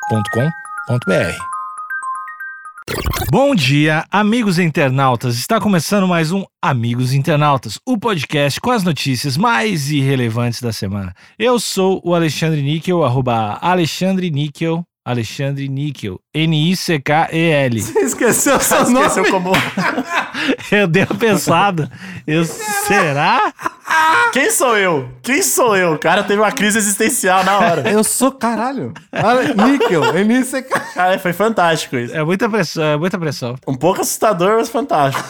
agenciadepodcast.com.br. Bom dia, amigos internautas. Está começando mais um Amigos Internautas, o podcast com as notícias mais irrelevantes da semana. Eu sou o Alexandre Níquel, arroba Alexandre Níquel, Alexandre Níquel, N-I-C-K-E-L. Esqueceu seu Esqueceu como. Eu dei uma pensada. Eu, será? Quem sou eu? Quem sou eu? O cara teve uma crise existencial na hora. Eu sou caralho. Cara, Níquel, é NCK. Cara, foi fantástico isso. É muita pressão, é muita pressão. Um pouco assustador, mas fantástico.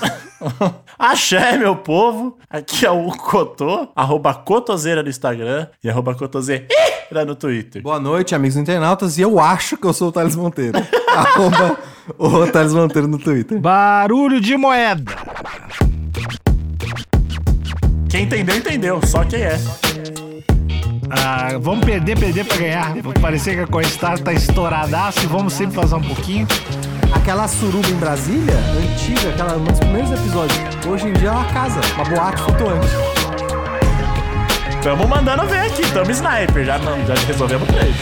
Axé, meu povo. Aqui é o Cotô, arroba Cotoseira no Instagram e arroba Cotoseira no Twitter. Boa noite, amigos internautas. E eu acho que eu sou o Thales Monteiro. Arroba o Thales Monteiro no Twitter. Barulho de moeda. Quem entendeu, entendeu. Só quem é. Ah, vamos perder, perder pra ganhar. Parecer que a Coinstar tá estouradaço. Vamos sempre fazer um pouquinho. Aquela suruba em Brasília, antiga, aquela um dos primeiros episódios. Hoje em dia é uma casa, uma boate flutuante. Tamo mandando ver aqui. Tamo sniper. Já, não, já resolvemos três.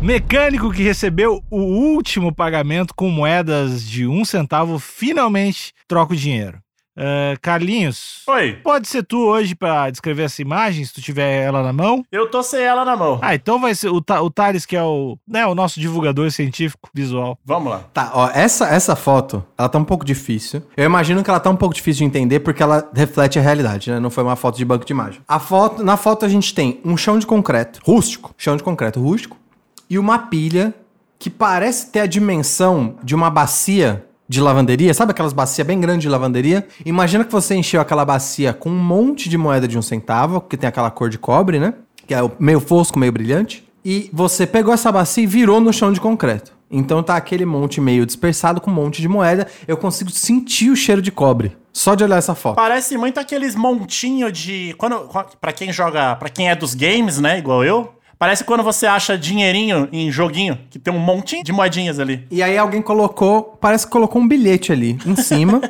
Mecânico que recebeu o último pagamento com moedas de um centavo finalmente troca o dinheiro. Ah, Carlinhos, Oi. pode ser tu hoje pra descrever essa imagem, se tu tiver ela na mão? Eu tô sem ela na mão. Ah, então vai ser o, Ta o Thales, que é o, né, o nosso divulgador científico visual. Vamos lá. Tá, ó, essa, essa foto, ela tá um pouco difícil. Eu imagino que ela tá um pouco difícil de entender porque ela reflete a realidade, né? Não foi uma foto de banco de imagem. A foto, na foto a gente tem um chão de concreto rústico, chão de concreto rústico, e uma pilha que parece ter a dimensão de uma bacia de lavanderia, sabe aquelas bacias bem grandes de lavanderia? Imagina que você encheu aquela bacia com um monte de moeda de um centavo, que tem aquela cor de cobre, né? Que é o meio fosco, meio brilhante. E você pegou essa bacia e virou no chão de concreto. Então tá aquele monte meio dispersado com um monte de moeda. Eu consigo sentir o cheiro de cobre. Só de olhar essa foto. Parece muito aqueles montinho de quando para quem joga, para quem é dos games, né, igual eu. Parece quando você acha dinheirinho em joguinho, que tem um montinho de moedinhas ali. E aí alguém colocou, parece que colocou um bilhete ali em cima.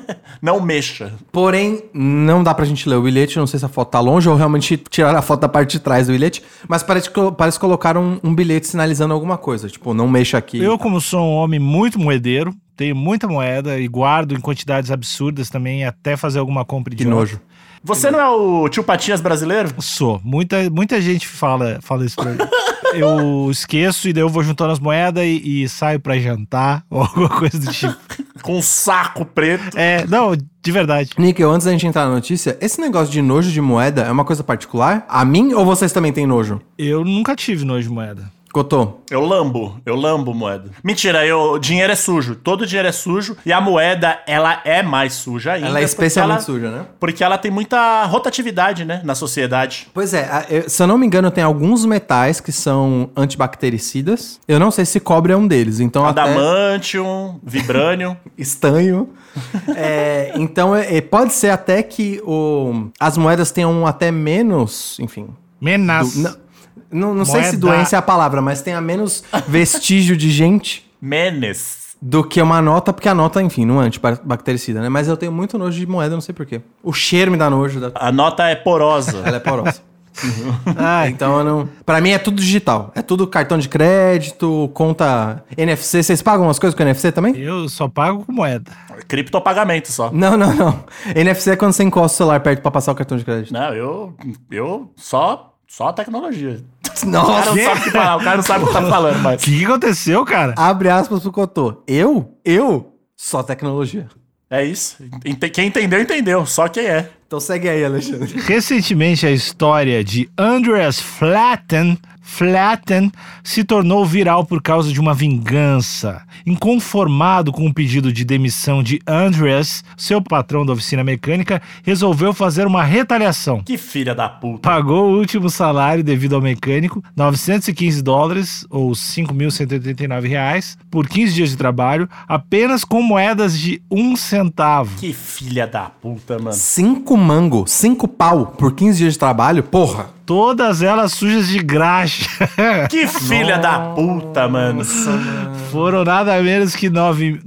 Não mexa. Porém, não dá pra gente ler o bilhete, não sei se a foto tá longe ou realmente tiraram a foto da parte de trás do bilhete, mas parece que, parece que colocaram um, um bilhete sinalizando alguma coisa, tipo, não mexa aqui. Eu, como sou um homem muito moedeiro, tenho muita moeda e guardo em quantidades absurdas também, até fazer alguma compra que idiota. nojo. Você não é o tio Patinhas brasileiro? Sou. Muita, muita gente fala, fala isso pra mim. Eu esqueço e daí eu vou juntando as moedas e, e saio pra jantar ou alguma coisa do tipo. Com um saco preto. É, não, de verdade. Níquel, antes da gente entrar na notícia, esse negócio de nojo de moeda é uma coisa particular? A mim ou vocês também têm nojo? Eu nunca tive nojo de moeda. Cotô, Eu lambo, eu lambo moeda. Mentira, eu, dinheiro é sujo. Todo dinheiro é sujo e a moeda, ela é mais suja ainda. ela é porque especialmente ela- suja, né? Porque ela tem muita rotatividade, né, na sociedade. Pois é, a- eu- se eu não me engano, tem alguns metais que são antibactericidas. Eu não sei se cobre é um deles, então até... Adamantium, Vibranium. estanho. É, então, é- é, pode ser até que o, as moedas tenham um até menos, enfim. Menas. do- não não, não sei se Moeda. doença é a palavra, mas tenha menos vestígio de gente Menes. do que uma nota, porque a nota, enfim, não é antibactericida, né? Mas eu tenho muito nojo de moeda, não sei porquê. O cheiro me dá nojo, da- A nota é porosa. ela é porosa. Ai, então eu não. Pra mim é tudo digital. É tudo cartão de crédito, conta NFC. Vocês pagam as coisas com NFC também? eu só pago com moeda. Criptopagamento só. Não, não, não. NFC é quando você encosta o celular perto pra passar o cartão de crédito. Não, Né, eu. Eu só. Só a tecnologia. O Nossa! cara não sabe o que falar, o cara não sabe o que tá falando, O mas. que, que aconteceu, cara? Abre aspas pro Cotô. Eu? Eu? Só tecnologia. É isso. Ente- Quem entendeu, entendeu. Só quem é. Então segue aí, Alexandre. Recentemente, a história de Andreas Flatten, Flatten se tornou viral por causa de uma vingança. Inconformado com o pedido de demissão de Andreas, seu patrão da oficina mecânica resolveu fazer uma retaliação. Que filha da puta. Pagou o último salário devido ao mecânico, 915 dólares, ou 5.189 reais, por 15 dias de trabalho, apenas com moedas de um centavo. Que filha da puta, mano. Cinco mango, cinco pau por 15 dias de trabalho? Porra! Todas elas sujas de graxa. Que filha da puta, mano. Foram nada menos que nove-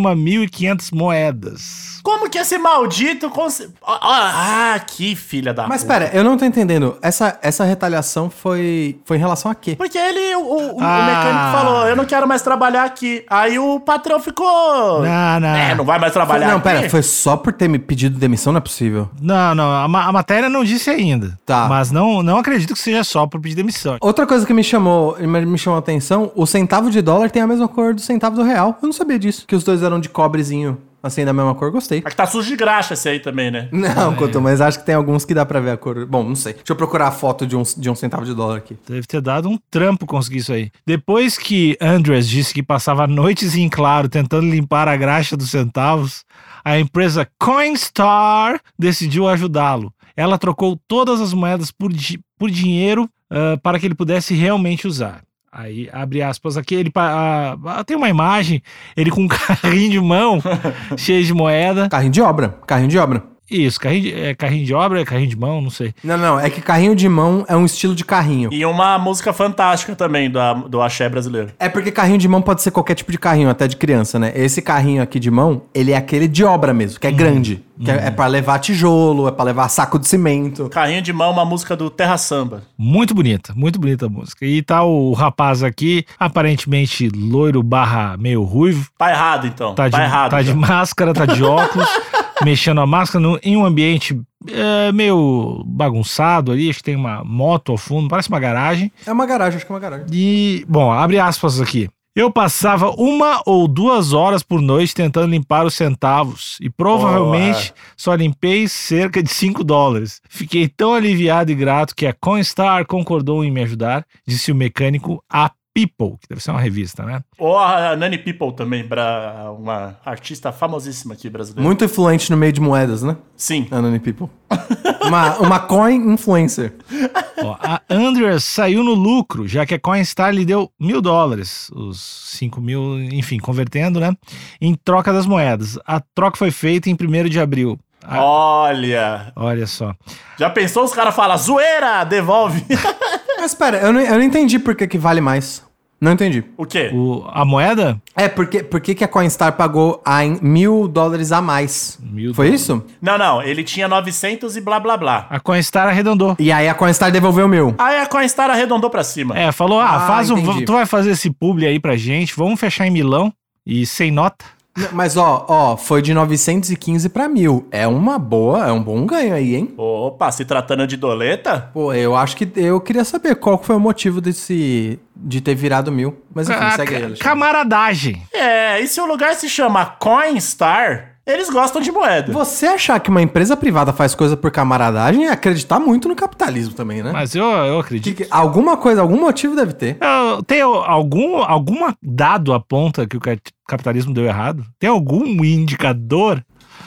91.500 moedas. Como que esse maldito conseguiu. Ah, que filha da. Mas puta. pera, eu não tô entendendo. Essa, essa retaliação foi, foi em relação a quê? Porque ele, o, o- o Ah. mecânico falou, eu não quero mais trabalhar aqui. Aí o patrão ficou. Não, não. É, não vai mais trabalhar Ah. não, aqui. pera, foi só por ter me pedido demissão? Não é possível. Não, não, a, ma- a matéria não disse ainda. Tá. Mas não, não acredito que seja só por pedir demissão. Outra coisa que me chamou, me chamou a atenção, o centavo de dólar tem a mesma cor do centavo do real. Eu não sabia disso, que os dois eram de cobrezinho, assim, da mesma cor. Gostei. É que tá sujo de graxa esse aí também, né? Não, Couto, mas acho que tem alguns que dá pra ver a cor. Bom, não sei. Deixa eu procurar a foto de um, de um centavo de dólar aqui. Deve ter dado um trampo conseguir isso aí. Depois que Andres disse que passava noites em claro tentando limpar a graxa dos centavos, a empresa Coinstar decidiu ajudá-lo. Ela trocou todas as moedas por, di- por dinheiro ah, para que ele pudesse realmente usar. Aí, abre aspas aqui, ele pa- ah, ah, tem uma imagem, ele com um carrinho de mão cheio de moeda. Carrinho de obra, carrinho de obra. Isso, carrinho de, é carrinho de obra, é carrinho de mão, não sei. Não, não, é que carrinho de mão é um estilo de carrinho. E uma música fantástica também do, do axé brasileiro. É porque carrinho de mão pode ser qualquer tipo de carrinho, até de criança, né? Esse carrinho aqui de mão, ele é aquele de obra mesmo, que é grande. Que é, é pra levar tijolo, é pra levar saco de cimento. Carrinho de mão, uma música do Terra Samba. Muito bonita, muito bonita a música. E tá o rapaz aqui, aparentemente loiro barra meio ruivo, Tá errado, então. tá Tá, de, errado. tá de então. máscara, tá de óculos, mexendo a máscara no- em um ambiente é, meio bagunçado ali, acho que tem uma moto ao fundo, parece uma garagem. É uma garagem, acho que é uma garagem. E, bom, abre aspas aqui. Eu passava uma ou duas horas por noite tentando limpar os centavos e provavelmente só limpei cerca de 5 dólares. Fiquei tão aliviado e grato que a Coinstar concordou em me ajudar, disse o mecânico a People, que deve ser uma revista, né? Ou a Nani People também, bra- uma artista famosíssima aqui brasileira. É. Muito influente no meio de moedas, né? Sim. Anony People. uma, uma coin influencer. Ó, a Andreas saiu no lucro, já que a Coinstar lhe deu mil dólares, os 5 mil, enfim, convertendo, né? Em troca das moedas. A troca foi feita em 1 de abril. A- Olha. Olha só. Já pensou os caras falam, zoeira, devolve. Mas pera, eu não, eu não entendi por que, que vale mais. Não entendi. o quê? O- a moeda? É, porque, porque que a Coinstar pagou a em- mil dólares a mais? Mil Foi dólares. isso? Não, não. Ele tinha 900 e blá, blá, blá. A Coinstar arredondou. E aí a Coinstar devolveu mil. Aí a Coinstar arredondou pra cima. É, falou: ah, Ah, faz um, entendi. tu vai fazer esse publi aí pra gente, vamos fechar em Milão e sem nota. Não, Mas ó, ó, foi de 915 pra mil. É uma boa, é um bom ganho aí, hein? Opa, se tratando de doleta? Pô, eu acho que eu queria saber qual foi o motivo desse de ter virado mil. Mas enfim, Ah, segue aí, ca- Alexandre. camaradagem. É, e se o lugar se chama Coinstar, eles gostam de moeda. Você achar que uma empresa privada faz coisa por camaradagem é acreditar muito no capitalismo também, né? Mas eu, eu Que- acredito. que- alguma coisa, algum motivo deve ter. Eu- Tem algum, algum dado aponta que o ca- capitalismo deu errado? Tem algum indicador?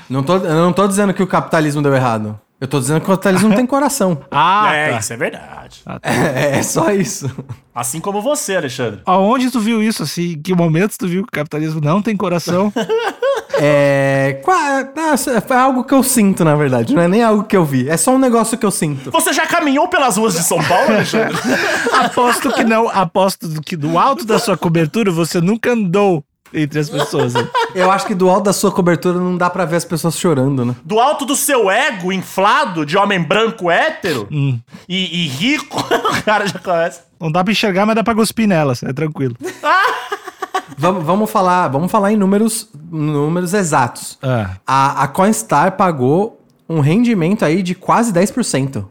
Não tô, eu não tô dizendo que o capitalismo deu errado. Eu tô dizendo que o capitalismo não tem coração. Ah, é, tá. isso é verdade. É, é só isso. Assim como você, Alexandre. Aonde tu viu isso? Assim, em que momentos tu viu que o capitalismo não tem coração? É, qua- nossa, é algo que eu sinto, na verdade. Não é nem algo que eu vi. É só um negócio que eu sinto. Você já caminhou pelas ruas de São Paulo, Alexandre? aposto que não. Aposto que do alto da sua cobertura você nunca andou entre as pessoas. né? Eu acho que do alto da sua cobertura não dá pra ver as pessoas chorando, né? Do alto do seu ego inflado de homem branco hétero Hum. e, e rico, o cara já começa. Não dá pra enxergar, mas dá pra cuspir nelas, é tranquilo. Vamos, vamos falar, vamos falar em números, números exatos. Ah, A, a Coinstar pagou um rendimento aí de quase 10%,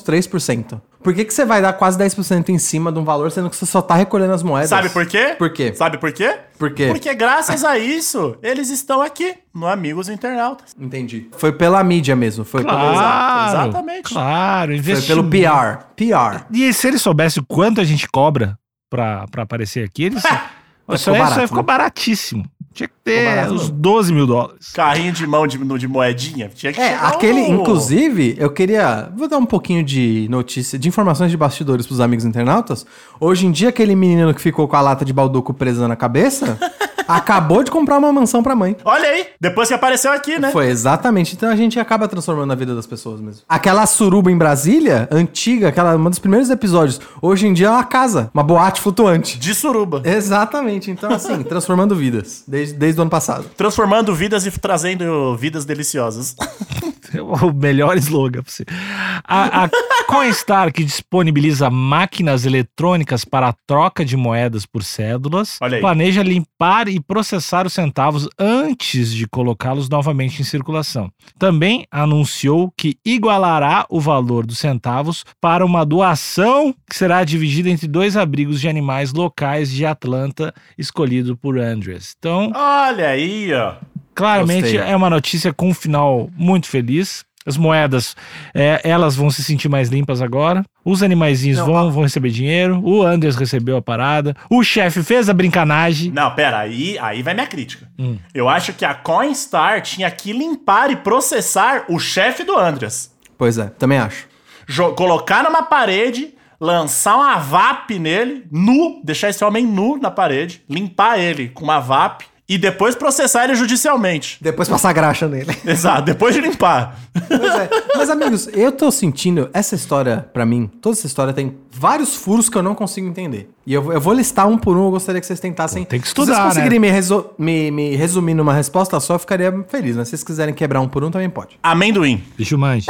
9.3%. Por que que você vai dar quase 10% em cima de um valor sendo que você só tá recolhendo as moedas? Sabe por quê? Por quê? Sabe por quê? Por quê? Porque graças a isso, eles estão aqui, no Amigos Internautas. Entendi. Foi pela mídia mesmo, foi pelo claro, exatamente. Claro, Foi investimento. pelo PR. PR. E se ele soubesse o quanto a gente cobra pra, pra aparecer aqui, ele... isso, ficou aí, isso barato, aí ficou né? baratíssimo. Tinha que ter Ficou barato uns mesmo. 12 mil dólares. Carrinho de mão de, no- de moedinha. Tinha que É, chegar aquele, o- inclusive, eu queria. Vou dar um pouquinho de notícia, de informações de bastidores pros amigos internautas. Hoje em dia, aquele menino que ficou com a lata de balduco presa na cabeça, acabou de comprar uma mansão pra mãe. Olha aí, depois que apareceu aqui, né? Foi, exatamente. Então a gente acaba transformando a vida das pessoas mesmo. Aquela suruba em Brasília, antiga, aquela, um dos primeiros episódios, hoje em dia é uma casa, uma boate flutuante. De suruba. Exatamente. Então, assim, transformando vidas. Desde, desde o ano passado. Transformando vidas e trazendo vidas deliciosas. O melhor slogan pra você. A, a Coinstar, que disponibiliza máquinas eletrônicas para a troca de moedas por cédulas, Olha aí. planeja limpar e processar os centavos antes de colocá-los novamente em circulação. Também anunciou que igualará o valor dos centavos para uma doação que será dividida entre dois abrigos de animais locais de Atlanta, escolhido por Andres. Então, Olha aí, ó. Claramente Gostei. é uma notícia com um final muito feliz. As moedas, é, elas vão se sentir mais limpas agora. Os animaizinhos Não, vão, vão receber dinheiro. O Anders recebeu a parada. O chefe fez a brincanagem. Não, pera, aí, aí vai minha crítica. Hum. Eu acho que a Coinstar tinha que limpar e processar o chefe do Andreas. Pois é, também acho. Jo- colocar numa parede, lançar uma VAP nele, nu, deixar esse homem nu na parede, limpar ele com uma VAP e depois processar ele judicialmente. Depois passar graxa nele. Exato, depois de limpar. Pois é. Mas, amigos, eu tô sentindo essa história, pra mim, toda essa história tem vários furos que eu não consigo entender. E eu, eu vou listar um por um, eu gostaria que vocês tentassem. tem que Se estudar, né? vocês conseguirem me, reso- me- me resumir numa resposta só, eu ficaria feliz, mas se vocês quiserem quebrar um por um, também pode. Amendoim. Bicho manja.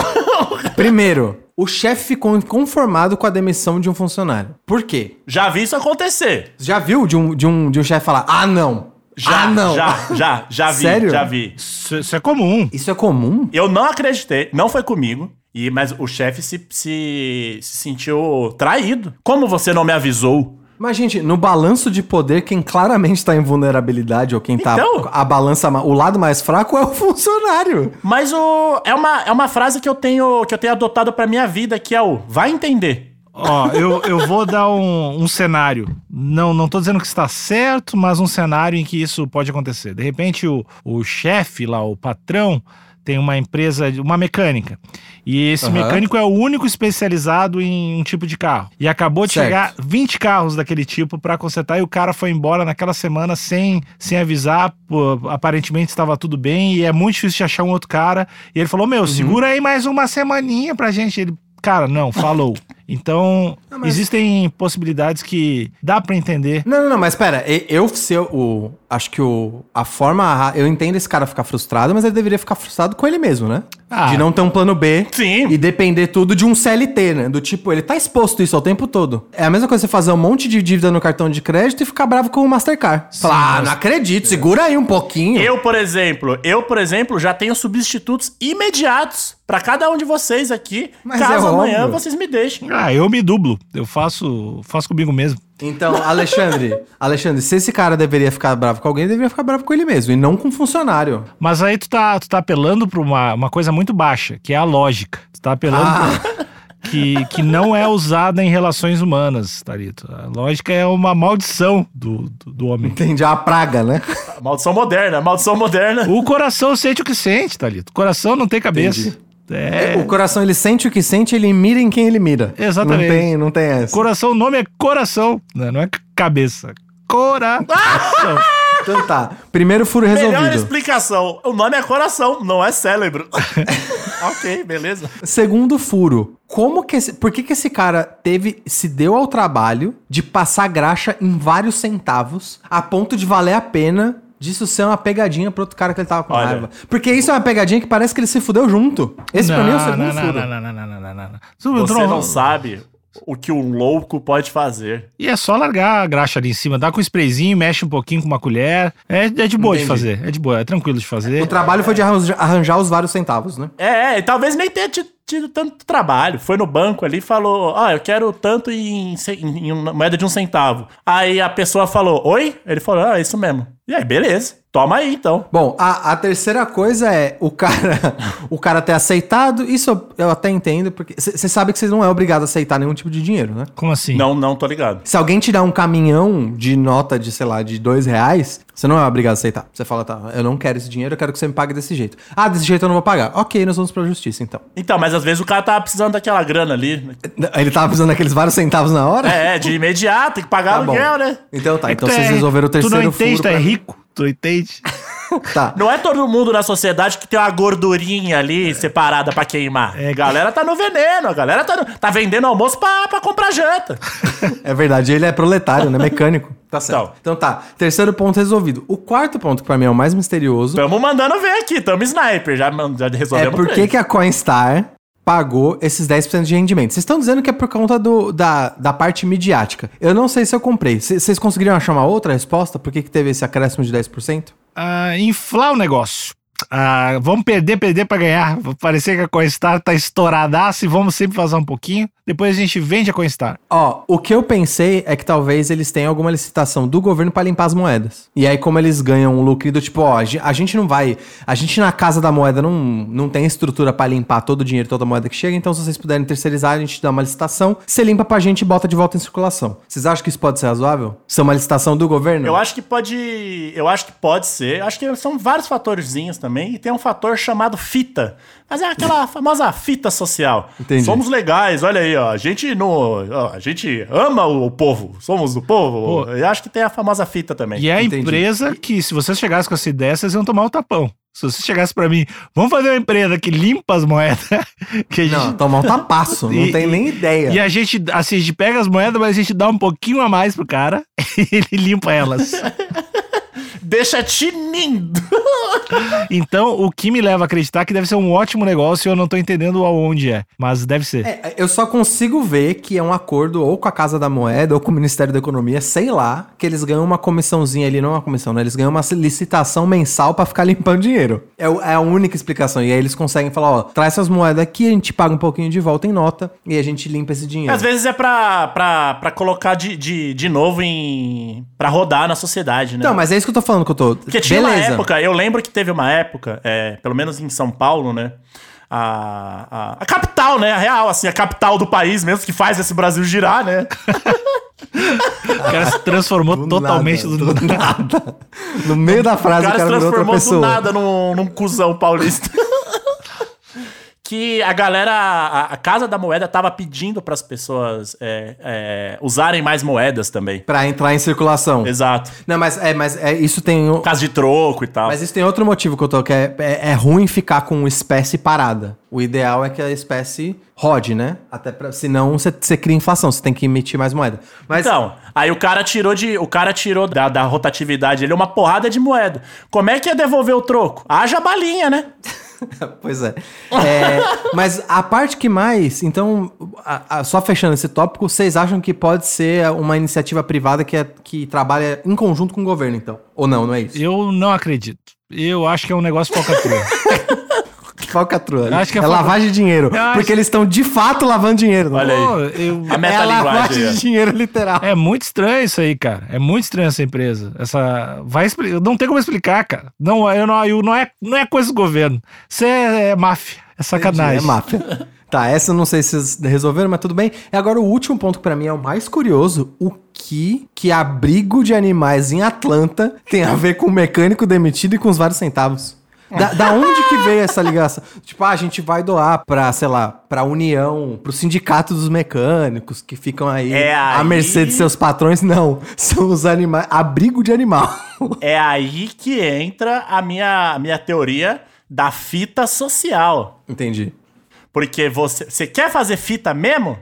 Primeiro, o chefe ficou inconformado com a demissão de um funcionário. Por quê? Já vi isso acontecer. Já viu de um, de um, de um chefe falar, ah, não. Já, ah, não. já, já, já vi, Sério? já vi. Isso, isso é comum. Isso é comum? Eu não acreditei, não foi comigo. E, mas o chefe se, se, se sentiu traído. Como você não me avisou? Mas, gente, no balanço de poder, quem claramente tá em vulnerabilidade ou quem tá. Então. A balança. ma- O lado mais fraco é o funcionário. Mas o, é, uma, é uma frase que eu tenho que eu tenho adotado pra minha vida, que é o vai entender. Ó, eu, eu vou dar um, um cenário. Não, não tô dizendo que está certo, mas um cenário em que isso pode acontecer. De repente, o, o chefe lá, o patrão, tem uma empresa, de- uma mecânica. E esse Aham. mecânico é o único especializado em um tipo de carro. E acabou de Certo. chegar 20 carros daquele tipo para consertar e o cara foi embora naquela semana sem, sem avisar. pô, aparentemente estava tudo bem e é muito difícil de achar um outro cara. E ele falou: Meu, segura aí mais uma semaninha pra gente. Ele, cara, não, falou. Então, existem possibilidades que dá pra entender. Não, não, não, mas pera. e- Eu, se eu o, acho que o, a forma. ra- Eu entendo esse cara ficar frustrado, mas ele deveria ficar frustrado com ele mesmo, né? Ah. De não ter um plano B. Sim. E depender tudo de um CLT, né? Do tipo, ele tá exposto isso o tempo todo. É a mesma coisa você fazer um monte de dívida no cartão de crédito e ficar bravo com o Mastercard. Falar, ah, não acredito, segura aí um pouquinho. Eu, por exemplo, eu, por exemplo, já tenho substitutos imediatos pra cada um de vocês aqui. Mas caso é amanhã óbvio. vocês me deixem. Ah, eu me dublo. Eu faço, faço comigo mesmo. Então, Alexandre, Alexandre, se esse cara deveria ficar bravo com alguém, ele deveria ficar bravo com ele mesmo, e não com um funcionário. Mas aí tu tá, tu tá apelando pra uma, uma coisa muito baixa, que é a lógica. Tu tá apelando Ah. pra- que, que não é usada em relações humanas, Tarito. A lógica é uma maldição do, do, do homem. Entende? É uma praga, né? Maldição moderna, maldição moderna. O coração sente o que sente, Tarito. O coração não tem cabeça. É, O coração, ele sente o que sente, ele mira em quem ele mira. Exatamente. Não tem, não tem essa. coração, o nome é coração, né? não é cabeça. Ah, Coração. Então tá, primeiro furo Melhor resolvido. explicação. O nome é coração, não é cérebro. ok, beleza. Segundo furo, como que esse, por que que esse cara teve, se deu ao trabalho de passar graxa em vários centavos, a ponto de valer a pena disso ser uma pegadinha pro outro cara que ele tava com Olha. raiva? Porque isso é uma pegadinha que parece que ele se fudeu junto. Esse pra mim é o segundo não, furo. não, não, não, não, não, não, não, não. Tu- tu Você não- não sabe o que um louco pode fazer. E é só largar a graxa ali em cima, dá com o sprayzinho, mexe um pouquinho com uma colher. É, é de boa de fazer, é de boa, é tranquilo de O fazer. trabalho foi de arranjar, arranjar os vários centavos, né? É, é, e talvez nem tenha tido, tido tanto trabalho. Foi no banco ali e falou: Ah, eu quero tanto em, ce- em- em uma moeda de um centavo. Aí a pessoa falou: Oi? Ele falou: Ah, isso mesmo. E aí, beleza. Toma aí então. Bom, a, a terceira coisa é o cara, o cara ter aceitado. Isso eu, eu até entendo, porque você sabe que você não é obrigado a aceitar nenhum tipo de dinheiro, né? Como assim? Não, não, tô ligado. Se alguém te dá um caminhão de nota de, sei lá, de dois reais, você não é obrigado a aceitar. Você fala, tá, eu não quero esse dinheiro, eu quero que você me pague desse jeito. Ah, desse jeito eu não vou pagar. Ok, nós vamos pra justiça, então. Então, mas às vezes o cara tava precisando daquela grana ali. Ele tava precisando daqueles vários centavos na hora? É, é, de imediato, tem que pagar Tá bom. aluguel, né? Então tá, É que então tu vocês é- resolveram o terceiro Tu não entende, furo tu é pra- rico. Tu entende? Tá. Não é todo mundo na sociedade que tem uma gordurinha ali separada pra queimar. É. A galera tá no veneno, a galera tá, no- tá vendendo almoço pra, pra comprar janta. É verdade, ele é proletário, né? Mecânico. Tá certo. Então. Então, tá. Terceiro ponto resolvido. O quarto ponto, que pra mim é o mais misterioso, Tamo mandando ver aqui, tamo sniper, já, man- já é resolvemos por que três. que a Coinstar pagou esses 10% de rendimento. Vocês estão dizendo que é por conta do, da, da parte midiática. Eu não sei se eu comprei. C- Vocês conseguiriam achar uma outra resposta? Por que, que teve esse acréscimo de 10%? Ah, inflar o negócio. Ah, vamos perder, perder pra ganhar. Vai Parecer que a Coinstar tá estouradaça e vamos sempre vazar um pouquinho. Depois a gente vende a Coinstar. Ó, o que eu pensei é que talvez eles tenham alguma licitação do governo pra limpar as moedas. E aí, como eles ganham um lucro do tipo, ó, a ge- a gente não vai. A gente na casa da moeda não, não tem estrutura pra limpar todo o dinheiro, toda a moeda que chega, então se vocês puderem terceirizar, a gente dá uma licitação, você limpa pra gente e bota de volta em circulação. Vocês acham que isso pode ser razoável? Ser uma licitação do governo? Eu acho que pode. Eu acho que pode ser. Acho que são vários fatorzinhos também. E tem um fator chamado fita. Mas é aquela famosa fita social. Entendi. Somos legais, olha aí, ó. A gente não. ó, a gente ama o povo. Somos do povo. Pô. Eu acho que tem a famosa fita também. E é a Entendi. empresa que, se vocês chegassem com essa ideia, vocês iam tomar o tapão. Se você chegasse pra mim, vamos fazer uma empresa que limpa as moedas. Que a gente, Não, é. tomar um tapaço, não E- tem nem ideia. E a gente, assim, a gente pega as moedas, mas a gente dá um pouquinho a mais pro cara e ele limpa elas. Deixa tinindo. Então, o que me leva a acreditar que deve ser um ótimo negócio e eu não tô entendendo aonde é. Mas deve ser. É, eu só consigo ver que é um acordo ou com a Casa da Moeda ou com o Ministério da Economia, sei lá, que eles ganham uma comissãozinha ali, não é uma comissão, né? Eles ganham uma licitação mensal pra ficar limpando dinheiro. É, o- é a única explicação. E aí eles conseguem falar, ó, traz essas moedas aqui, a gente paga um pouquinho de volta em nota e a gente limpa esse dinheiro. Às vezes é pra, pra, pra colocar de, de, de novo em. pra rodar na sociedade, né? Não, mas é isso que eu tô falando que eu tô. Porque tinha uma época, eu lembro que teve uma época, é, pelo menos em São Paulo, né? A, a, a capital, né? A real, assim, a capital do país mesmo, que faz esse Brasil girar, né? O cara se transformou Do totalmente nada, do, nada. nada. No meio da O frase, cara se virou outra transformou do pessoa. nada num, num cuzão paulista. que a galera, a, a Casa da Moeda tava pedindo pras pessoas é, é, usarem mais moedas também. Pra entrar em circulação. Exato. Não, mas é, mas é, isso tem o- Casa de troco e tal. Mas isso tem outro motivo que eu tô, que é, é, é ruim ficar com espécie parada. O ideal é que a espécie rode, né? Até pra, senão você- você cria inflação, você tem que emitir mais moeda. Mas Então, aí o cara tirou de, o cara tirou da, da rotatividade ele uma porrada de moeda. Como é que ia devolver o troco? Haja balinha, né? Pois é. É, Mas a parte que mais. Então, a- a- só fechando esse tópico, vocês acham que pode ser uma iniciativa privada que, é- que trabalha em conjunto com o governo, então? Ou não, não é isso? Eu não acredito. Eu acho que é um negócio falcatrua. Falcatrua. Eu acho que é é falca- lavagem de dinheiro. Eu acho- Porque eles estão de fato lavando dinheiro. não Olha aí. Pô, eu- A É a metalinguagem. lavagem de aí. dinheiro literal. É muito estranho isso aí, cara. É muito estranho essa empresa. Essa vai expli- não tem como explicar, cara. Não, eu não, eu não é, não é coisa do governo. Isso é, é máfia, é sacanagem. É máfia. Tá, essa eu não sei se vocês resolveram, mas tudo bem. E agora o último ponto que pra mim é o mais curioso, o que que abrigo de animais em Atlanta tem a ver com o mecânico demitido e com os vários centavos? Da, da onde que veio essa ligação? Tipo, ah, a gente vai doar pra, sei lá, pra União, pro Sindicato dos Mecânicos, que ficam aí É à aí- mercê de seus patrões. Não, são os animais, abrigo de animal. É aí que entra a minha, a minha teoria da fita social. Entendi. Porque você, você quer fazer fita mesmo?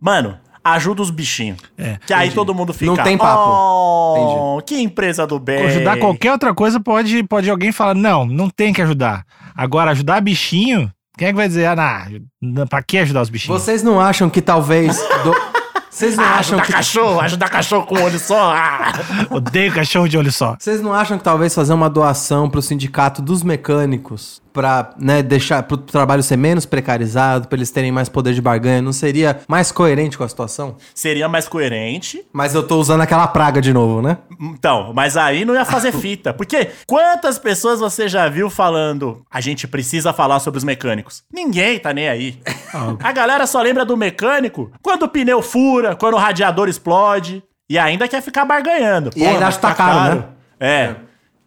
Mano, ajuda os bichinhos. É, que aí todo mundo fica. Não tem papo. "Oh, que empresa do bem. Ajudar qualquer outra coisa pode, pode alguém falar, não, não tem que ajudar. Agora, ajudar bichinho, quem é que vai dizer, ah, não, pra que ajudar os bichinhos? Vocês não acham que talvez... do- Vocês não Ah, acham ajudar que... cachorro, ajudar cachorro com um olho só. ah. Odeio cachorro de olho só. Vocês não acham que talvez fazer uma doação pro sindicato dos mecânicos pra né, deixar pro trabalho ser menos precarizado, pra eles terem mais poder de barganha, não seria mais coerente com a situação? Seria mais coerente. Mas eu tô usando aquela praga de novo, né? Então, mas aí não ia fazer fita. Porque quantas pessoas você já viu falando a gente precisa falar sobre os mecânicos? Ninguém tá nem aí. Ah. A galera só lembra do mecânico quando o pneu fura, quando o radiador explode. E ainda quer ficar barganhando. E ainda acho que tá caro, né? É.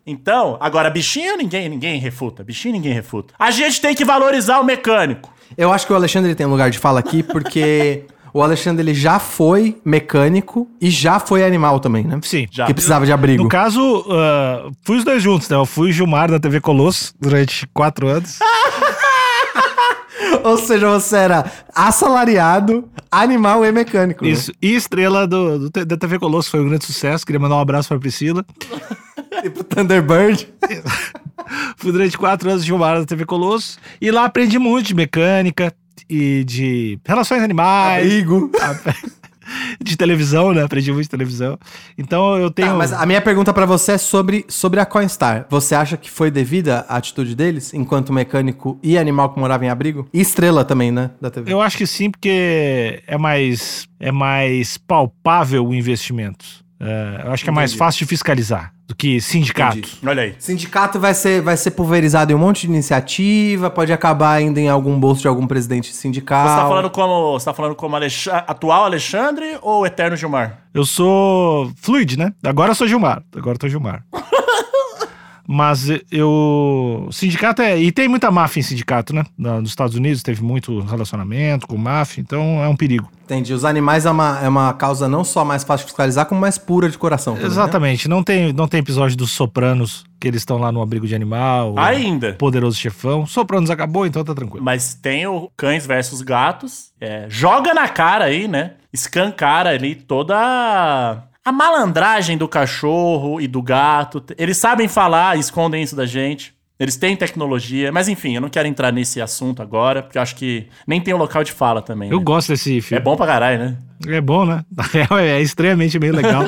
Então, agora, bichinho ninguém, ninguém refuta. Bichinho ninguém refuta. A gente tem que valorizar o mecânico. Eu acho que o Alexandre tem um lugar de fala aqui porque. o- O Alexandre, ele já foi mecânico e já foi animal também, né? Sim. Já. Que precisava de abrigo. No caso, ah, fui os dois juntos, né? Eu fui Gilmar na TV Colosso durante quatro anos. Ah. Ou seja, você era assalariado, animal e mecânico. né? Isso. E estrela do, do T- da TV Colosso foi um grande sucesso. Queria mandar um abraço pra Priscila. Tipo Thunderbird. Fui durante quatro anos Gilmar na TV Colosso. E lá aprendi muito de mecânica e de relações animais, Abrigo. de televisão, né? Aprendi muito de televisão. Então eu tenho. Ah, Tá, mas a minha pergunta pra você é sobre, sobre a Coinstar. Você acha que foi devida a atitude deles, enquanto mecânico e animal que morava em abrigo? E estrela também, né? Da TV. Eu acho que sim, porque é mais, é mais palpável o investimento. É, eu acho que é mais Entendi. fácil de fiscalizar do que sindicato. Entendi. Olha aí. Sindicato vai ser, vai ser pulverizado em um monte de iniciativa, pode acabar ainda em algum bolso de algum presidente sindical. Você tá falando como, você tá falando como Alexa- atual Alexandre ou eterno Gilmar? Eu sou fluid, né? Agora eu sou Gilmar. Agora eu tô Gilmar. Mas eu. Sindicato é. E tem muita máfia em sindicato, né? Na- Nos Estados Unidos teve muito relacionamento com máfia, então é um perigo. Entendi. Os animais é uma, é uma causa não só mais fácil de fiscalizar, como mais pura de coração. também, né? Exatamente. Não tem, não tem episódio dos Sopranos que eles estão lá no abrigo de animal. Ainda. Poderoso chefão. Sopranos acabou, então tá tranquilo. Mas tem o cães versus gatos. É, joga na cara aí, né? Escancara ali toda a- a malandragem do cachorro e do gato. Eles sabem falar, escondem isso da gente. Eles têm tecnologia, mas enfim, eu não quero entrar nesse assunto agora, porque eu acho que nem tem o local de fala também. Eu né? gosto desse filme. É bom pra caralho, né? É bom, né? Na real, é extremamente meio legal.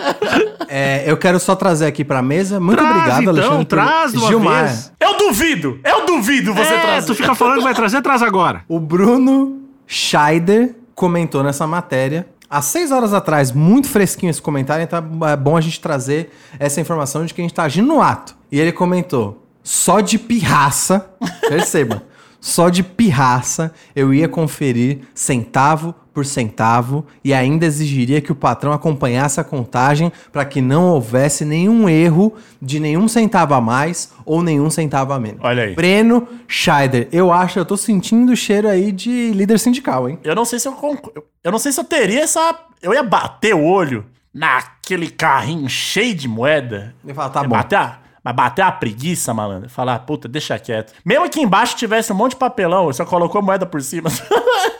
É, eu quero só trazer aqui pra mesa. Muito Traz, obrigado, então, Alexandre. por- traz de uma Gilmar. vez. Eu duvido! Eu duvido você é, trazer. tu fica falando que vai trazer, traz agora. O Bruno Scheider comentou nessa matéria. Há seis horas atrás, muito fresquinho esse comentário, então é bom a gente trazer essa informação de que a gente tá agindo no ato. E ele comentou: só de pirraça, perceba, só de pirraça eu ia conferir centavo por centavo e ainda exigiria que o patrão acompanhasse a contagem para que não houvesse nenhum erro de nenhum centavo a mais ou nenhum centavo a menos. Olha aí. Breno Scheider. Eu acho, eu tô sentindo o cheiro aí de líder sindical, hein? Eu não sei se eu concordo. Eu não sei se eu teria essa. Eu ia bater o olho naquele carrinho cheio de moeda. Ele fala, tá Ia bom. Bater a... Mas bater a preguiça, malandro. Falar, puta, deixa quieto. Mesmo que embaixo tivesse um monte de papelão, só colocou moeda por cima.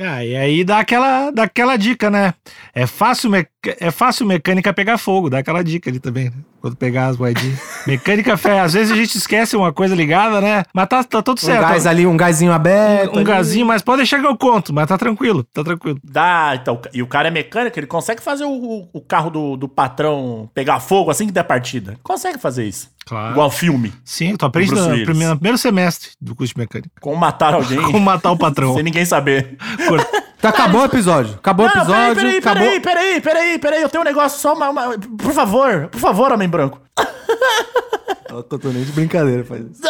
Ah, e aí dá aquela, dá aquela dica, né? É fácil, me- é fácil mecânica pegar fogo, dá aquela dica ali também, né? Quando pegar as moedinhas. mecânica, fé, às vezes a gente esquece uma coisa ligada, né? Mas tá, tá tudo Um certo. gás ali, um gásinho aberto. um ali. gazinho, mas pode deixar que eu conto, mas tá tranquilo, tá tranquilo. Dá, então. E o cara é mecânico, ele consegue fazer o, o carro do, do patrão pegar fogo assim que der partida. Consegue fazer isso. Claro. Igual filme. Sim, tu aprende Bruce no Willis. primeiro, no primeiro semestre do curso de mecânica. Como matar alguém Como matar o patrão. sem ninguém saber. Cor- Então acabou o episódio. Acabou o Não, episódio. peraí, peraí, acabou. peraí, peraí, peraí, peraí, eu tenho um negócio só, uma, uma- por favor, por favor, homem branco. Eu tô, tô nem de brincadeira, faz isso.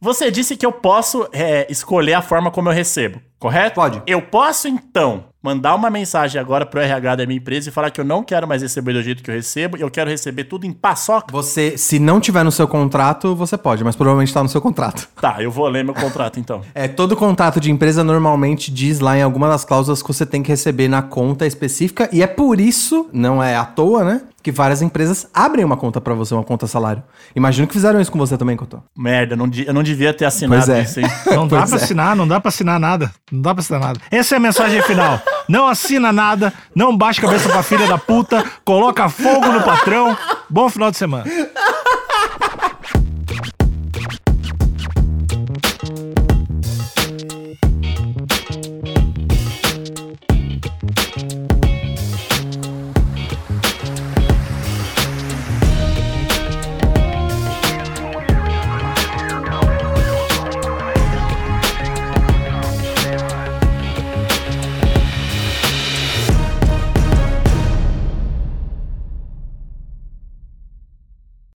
Você disse que eu posso é, escolher a forma como eu recebo, correto? Pode. Eu posso, então, mandar uma mensagem agora pro RH da minha empresa e falar que eu não quero mais receber do jeito que eu recebo, eu quero receber tudo em paçoca. Você, se não tiver no seu contrato, você pode, mas provavelmente tá no seu contrato. Tá, eu vou ler meu contrato, então. É, todo contrato de empresa normalmente diz lá em alguma das cláusulas que você tem que receber na conta específica, e é por isso, não é à toa, né? Que várias empresas abrem uma conta pra você, uma conta salário. Imagino que fizeram isso com você também, Cotô. Merda, eu não, di- eu não devia ter assinado Pois é. isso, hein? Não dá Pois pra é. assinar, não dá pra assinar nada. Não dá pra assinar nada. Essa é a mensagem final. Não assina nada, não baixa a cabeça pra filha da puta, coloca fogo no patrão. Bom final de semana.